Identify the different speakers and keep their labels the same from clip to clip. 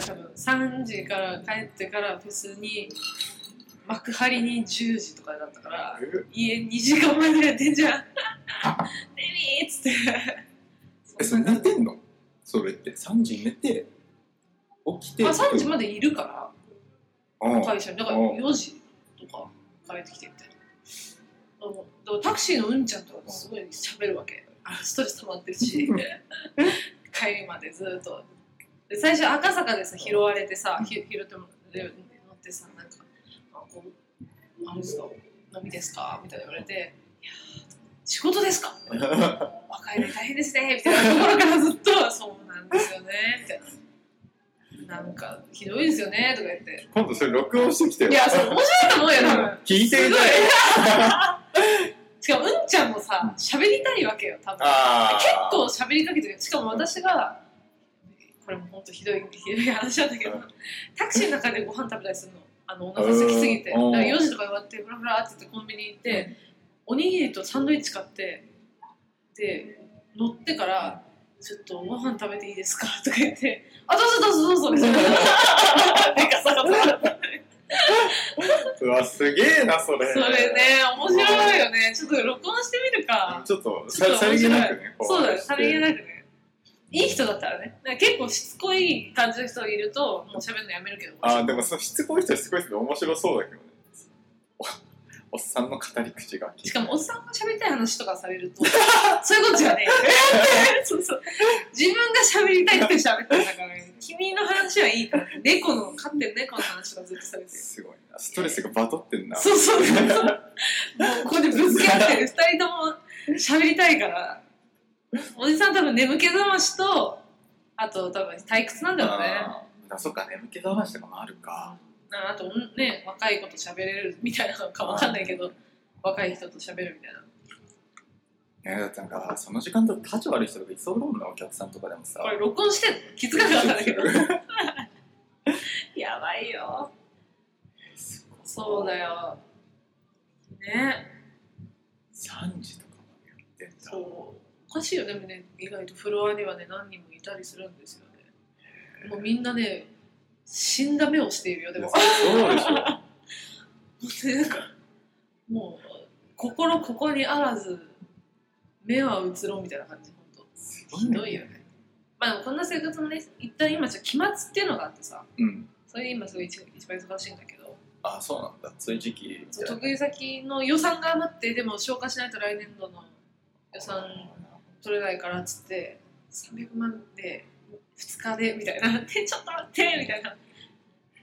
Speaker 1: 3時から帰ってからフェスに幕張に10時とかだったから家2時間前ぐらい出んじゃん デミーっつって
Speaker 2: えそれ寝てんのそれって3時に寝て起きて
Speaker 1: まあ3時までいるから
Speaker 2: うん
Speaker 1: 会社にだから
Speaker 2: うん
Speaker 1: 4時とか帰ってきてみたいなあのだからタクシーのうんちゃんとかとすごい喋るわけあストレス溜まってる し帰りまでずっとで最初赤坂でさ拾われてさひ拾ってもで乗ってさなんかあこうあれですか飲みですかみたいな言われていやー仕事ですか若いのに大変ですねみたいなところからずっとそうなんですよねみたいななんかひどいですよねとか言って
Speaker 2: 今度それ録音してきてよ
Speaker 1: いや、それ面白いと思うよ、多分。
Speaker 2: 聞いてみたい
Speaker 1: しかも、うんちゃんもさ、喋りたいわけよ、多分。
Speaker 2: あ
Speaker 1: 結構喋りかけてる。しかも私が、これも本当ひどい、ひどい話なんだけど
Speaker 2: うん、
Speaker 1: タクシーの中でご飯食べたりするの。あの、お腹空きすぎて。だ
Speaker 2: う
Speaker 1: か
Speaker 2: ん
Speaker 1: ら4時とか終わって、ふらふらって言ってコンビニ行って、おにぎりとサンドイッチ買って、で、乗ってから、ちょっとご飯食べていいですかとか言って、あ、どうぞどうぞどうぞみたい な。でかさがさ。
Speaker 2: うわすげえなそれ
Speaker 1: それね、面白いよね。ちょっと録音してみるか。
Speaker 2: ちょっと
Speaker 1: ちょっ
Speaker 2: さ
Speaker 1: と
Speaker 2: さりげなくねこ
Speaker 1: そうだね、さりげ
Speaker 2: な
Speaker 1: なくね。いい人だったらね。なんか結構しつこい感じの人がいると、もう喋るのやめるけど。
Speaker 2: あーでもそのしつこい人はしつこい人で面白そうだけどねおおっさんの語り口が
Speaker 1: しかも、おっさんが喋りたい話とかされると、 そういうことじゃねえよ。 そうそう。自分が喋りたいって喋ってんだから、君の話はいいから。猫の、飼ってる猫の話とかずっとされてる。
Speaker 2: すごいなストレスがバトってんな
Speaker 1: そうそうそうそう。もうここでぶつけ合ってる二人とも喋りたいから。おじさん多分眠気覚ましと、あと多分退屈なんだろうね。
Speaker 2: あーあそっか眠気覚ましとかもあるか
Speaker 1: ああとうんね若い子と喋れるみたいなのかわかんないけど若い人と喋るみたいな
Speaker 2: ねだってなんかその時間だと立ち悪い人とかいそうだもんなお客さんとかでもさ
Speaker 1: これ録音してんの気づかなかったんだけどやばいよ
Speaker 2: すごい
Speaker 1: そうだよね
Speaker 2: 3時とかまでやってんだ
Speaker 1: そうおかしいよでもね意外とフロアにはね何人もいたりするんですよねもうみんなね死んだ目をしているよでも
Speaker 2: そうでしょ
Speaker 1: 本当になんかもう心ここにあらず目は移ろうみたいな感じ本当
Speaker 2: す
Speaker 1: ひどいよね。まあでもこんな生活もね、一旦今じゃ期末っていうのがあってさ、
Speaker 2: うん
Speaker 1: それで今すごい一一番忙しいんだけど、
Speaker 2: あそうなんだそういう時期
Speaker 1: そう得意先の予算が余って、でも消化しないと来年度の予算取れないからっつって、300万で2日でみたいな、 でちょっと待ってみたいな。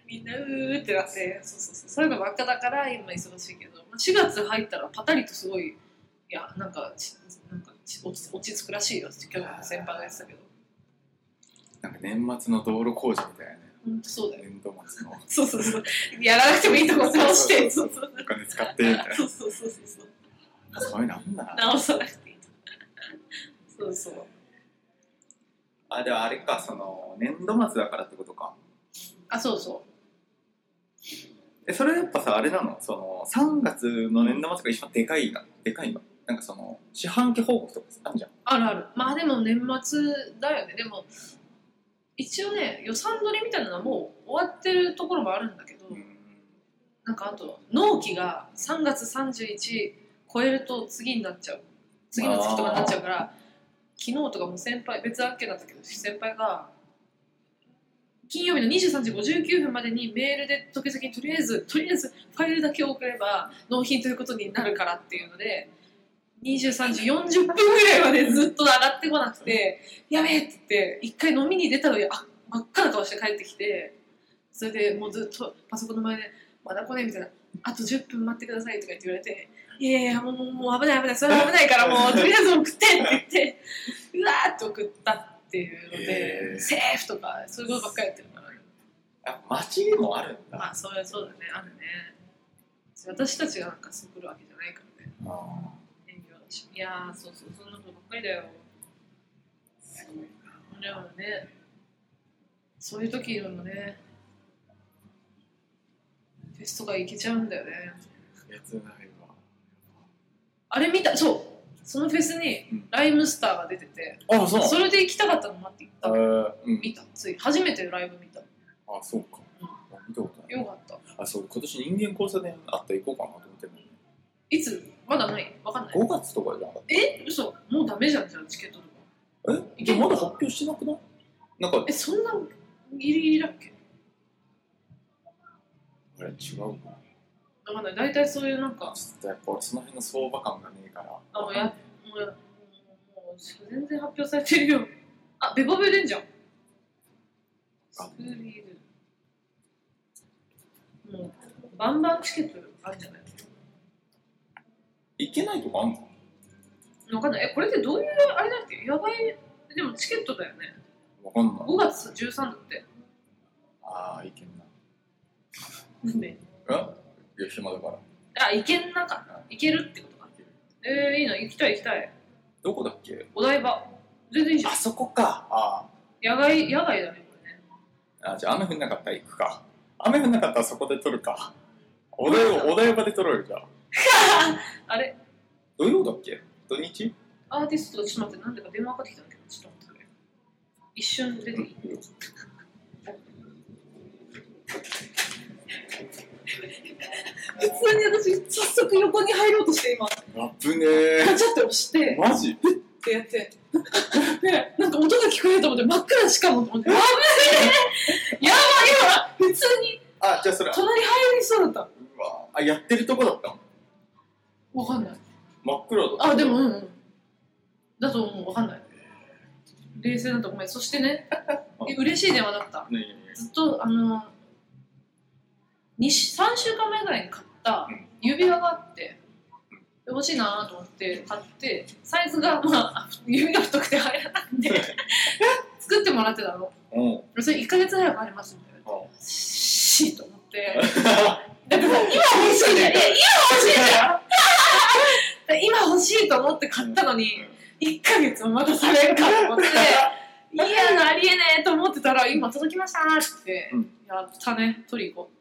Speaker 1: みんなうーってなって、そうそうそう、そういうのばっかだから今忙しいけど、まあ4月入ったらパタリとすごい、いや、なんかち、なんかち落ち落ち着くらしいよ、今日の先輩が言ってたけど。
Speaker 2: なんか年末の道路工事みたいなね
Speaker 1: 本当そうだよ。
Speaker 2: 年度末の
Speaker 1: そうそうそう。やらなくてもいいとこ直して、そうそう
Speaker 2: お金使ってみたい
Speaker 1: そうそうそうそう。
Speaker 2: なそういうのあんだな
Speaker 1: 直さなくていいと。そうそう。
Speaker 2: あでもあれかその年度末だからってことか
Speaker 1: あ、そうそ
Speaker 2: えそれやっぱさあれなのその3月の年度末が一番でかいなでかいのなんかその四半期報告とかあるじゃん
Speaker 1: う。あるある。まあでも年末だよね。でも、一応ね、予算取りみたいなのはもう終わってるところもあるんだけど、なんかあと、納期が3月31超えると次になっちゃう。次の月とかになっちゃうから、昨日とかも先輩、別案件だったけど、先輩が、金曜日の23時59分までにメールで時々にとりあえず、とりあえずファイルだけ送れば納品ということになるからっていうので、23時40分ぐらいまでずっと上がってこなくて、やべえって言って、一回飲みに出たのに、あ真っ赤な顔して帰ってきて、それでもうずっとパソコンの前で、まだ来ねえみたいな、あと10分待ってくださいとか言って言われて、いやいや、もうもうもう危ない危ない、それは危ないからもう、とりあえず送ってって言って、うわーって送ったっていうの
Speaker 2: へ
Speaker 1: で、
Speaker 2: ー
Speaker 1: セーフとか、そういうことばっかりやってるから。
Speaker 2: あ街にもあるんだ
Speaker 1: まあそうそうだねあるね私たちがなんか作るわけじゃないからね
Speaker 2: あ
Speaker 1: 営業だしいやーそうそうそんなことばっかりだよ
Speaker 2: すごい
Speaker 1: でもねそういう時のもねフェスとか行けちゃうんだよね
Speaker 2: やつないわ
Speaker 1: あれ見たそうそのフェスに
Speaker 2: うん
Speaker 1: ライムスターが出てて、
Speaker 2: あそう
Speaker 1: それで行きたかったの待って行った
Speaker 2: あ
Speaker 1: の
Speaker 2: ーうん
Speaker 1: 見たつい初めてライブ見た
Speaker 2: ああそうか、
Speaker 1: うん
Speaker 2: あ見たことない
Speaker 1: よかった
Speaker 2: あそう今年人間交差点あったら行こうかなと思ってるのに
Speaker 1: いつまだないわかんない
Speaker 2: 5月とかじゃなかっ
Speaker 1: え嘘もうダメじゃんじゃあチケットとか
Speaker 2: たえじゃあまだ発表してなくないなんか
Speaker 1: えそんなギリギリだっけ
Speaker 2: あれ違うな
Speaker 1: わかんない大体そういうなんか
Speaker 2: ちょっとやっぱ俺その辺の相場感がねえから
Speaker 1: あもうやもうやもうもう全然発表されてるよあベボベレンジャースクービールもうバンバンチケットあるんじゃない
Speaker 2: 行けないとかあんの
Speaker 1: わかんないえこれってどういうあれだっけやばいでもチケットだよね
Speaker 2: わかんない
Speaker 1: 5月13だって
Speaker 2: ああ行けんな
Speaker 1: なんで
Speaker 2: えいや暇だから
Speaker 1: あ行けんなかった行けるってことかえー、いいな行きたい行きたい
Speaker 2: どこだっけ
Speaker 1: お台場全然いいじゃ
Speaker 2: あそこかあ
Speaker 1: ん野外野外だねこれね
Speaker 2: ーあじゃあ雨降んなかったら行くか雨降んなかったらそこで撮るかお台場お台場で撮ろうよじゃあ
Speaker 1: あれ
Speaker 2: 土曜だっけ土日
Speaker 1: アーティストちょっと待ってなんでか電話かかってきたんだけどちょっと待って一瞬出てき普通に私早速横に入ろうとして今カ
Speaker 2: あぶねえ
Speaker 1: チャって押して
Speaker 2: マジ
Speaker 1: ってやって でなんか音が聞こえると思って真っ暗しかもと思って危ねえやばい今普通に
Speaker 2: あじゃあそれう
Speaker 1: 隣入りそうだった
Speaker 2: わあやってるとこだったの
Speaker 1: わかんない
Speaker 2: 真っ暗だった
Speaker 1: あでもうんうんだと思うわかんない冷静だとごめんそして ねえ嬉しい電話だった
Speaker 2: ねえねえね
Speaker 1: ずっとあの2 3週間前ぐらいに買った
Speaker 2: うん
Speaker 1: 指輪があってで欲しいなと思って買ってサイズがまあ指が太くて入らなくて作ってもらってたの
Speaker 2: えう ん
Speaker 1: それ1か月早くありますみたいな
Speaker 2: う
Speaker 1: シーと思 って
Speaker 2: ん
Speaker 1: だから今欲しいんだよいや今欲しいんだよ今欲しいと思って買ったのに1か月もまたされるかと思っていやなありえねえと思ってたら今届きましたーって、
Speaker 2: うん
Speaker 1: やったね取り行こう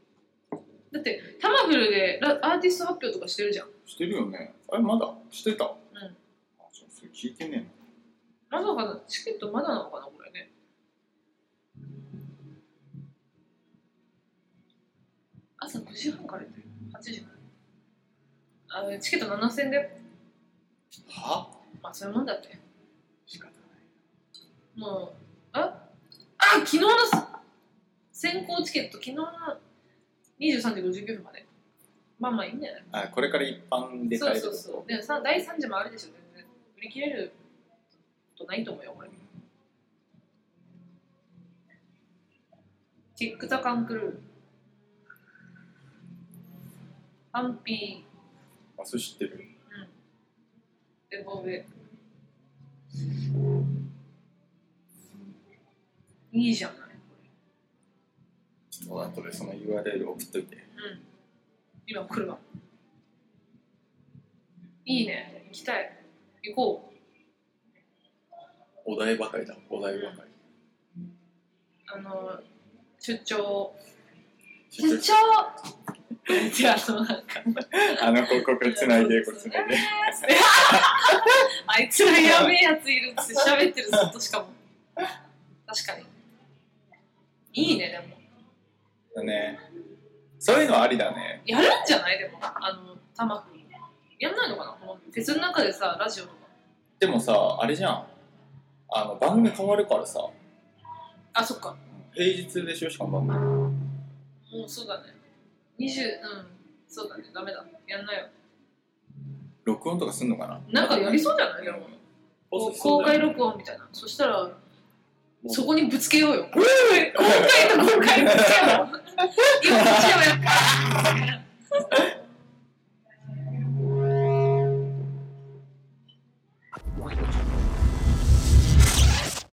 Speaker 1: だってタマフルでラアーティスト発表とかしてるじゃん
Speaker 2: してるよねあれまだしてたうん
Speaker 1: あ
Speaker 2: それ聞いてね
Speaker 1: まだかなチケットまだなのかなこれね朝9時半からやってる8時半あチケット7000円で
Speaker 2: えなは
Speaker 1: まあそういうもんだって
Speaker 2: 仕方ない
Speaker 1: もうああ昨日の先行チケット昨日の23時59分までまあまあいいんじゃない
Speaker 2: あこれから一般で
Speaker 1: そう
Speaker 2: 買える
Speaker 1: そうそうでさ第3次もあるでしょ全然売り切れることないと思うよこれチック・ザ・カンクルーハンピ
Speaker 2: あそれ知ってる
Speaker 1: ー、うん、デボベいいじゃないこ
Speaker 2: あとでその URL 送っといて
Speaker 1: れうん今来るわいいね行きたい行こう
Speaker 2: お題ばかりだお題ばかり
Speaker 1: あの出張
Speaker 2: 知って
Speaker 1: 出
Speaker 2: る
Speaker 1: 張 ってあのなんか
Speaker 2: あの広告つないでこれつないで
Speaker 1: あいつらやべえやついるっつって喋ってるずっとしかも確かにいいねでも
Speaker 2: だねそういうのはありだね
Speaker 1: やるんじゃないでもあのタマフやんないのかなこのフェスの中でさラジオとか
Speaker 2: でもさあれじゃんあの番組変わるからさ
Speaker 1: あそっか
Speaker 2: 平日でしょしかも番組
Speaker 1: もうそうだね20うんそうだねダメだやんないよ
Speaker 2: 録音とかすんのかな
Speaker 1: なんかやり
Speaker 2: う
Speaker 1: そうじゃないでも公
Speaker 2: 公
Speaker 1: 開
Speaker 2: 開
Speaker 1: 録音みたいなそしたら
Speaker 2: う
Speaker 1: そこにぶつけようよ公開と公開ぶつけよう今こっちをやっぱ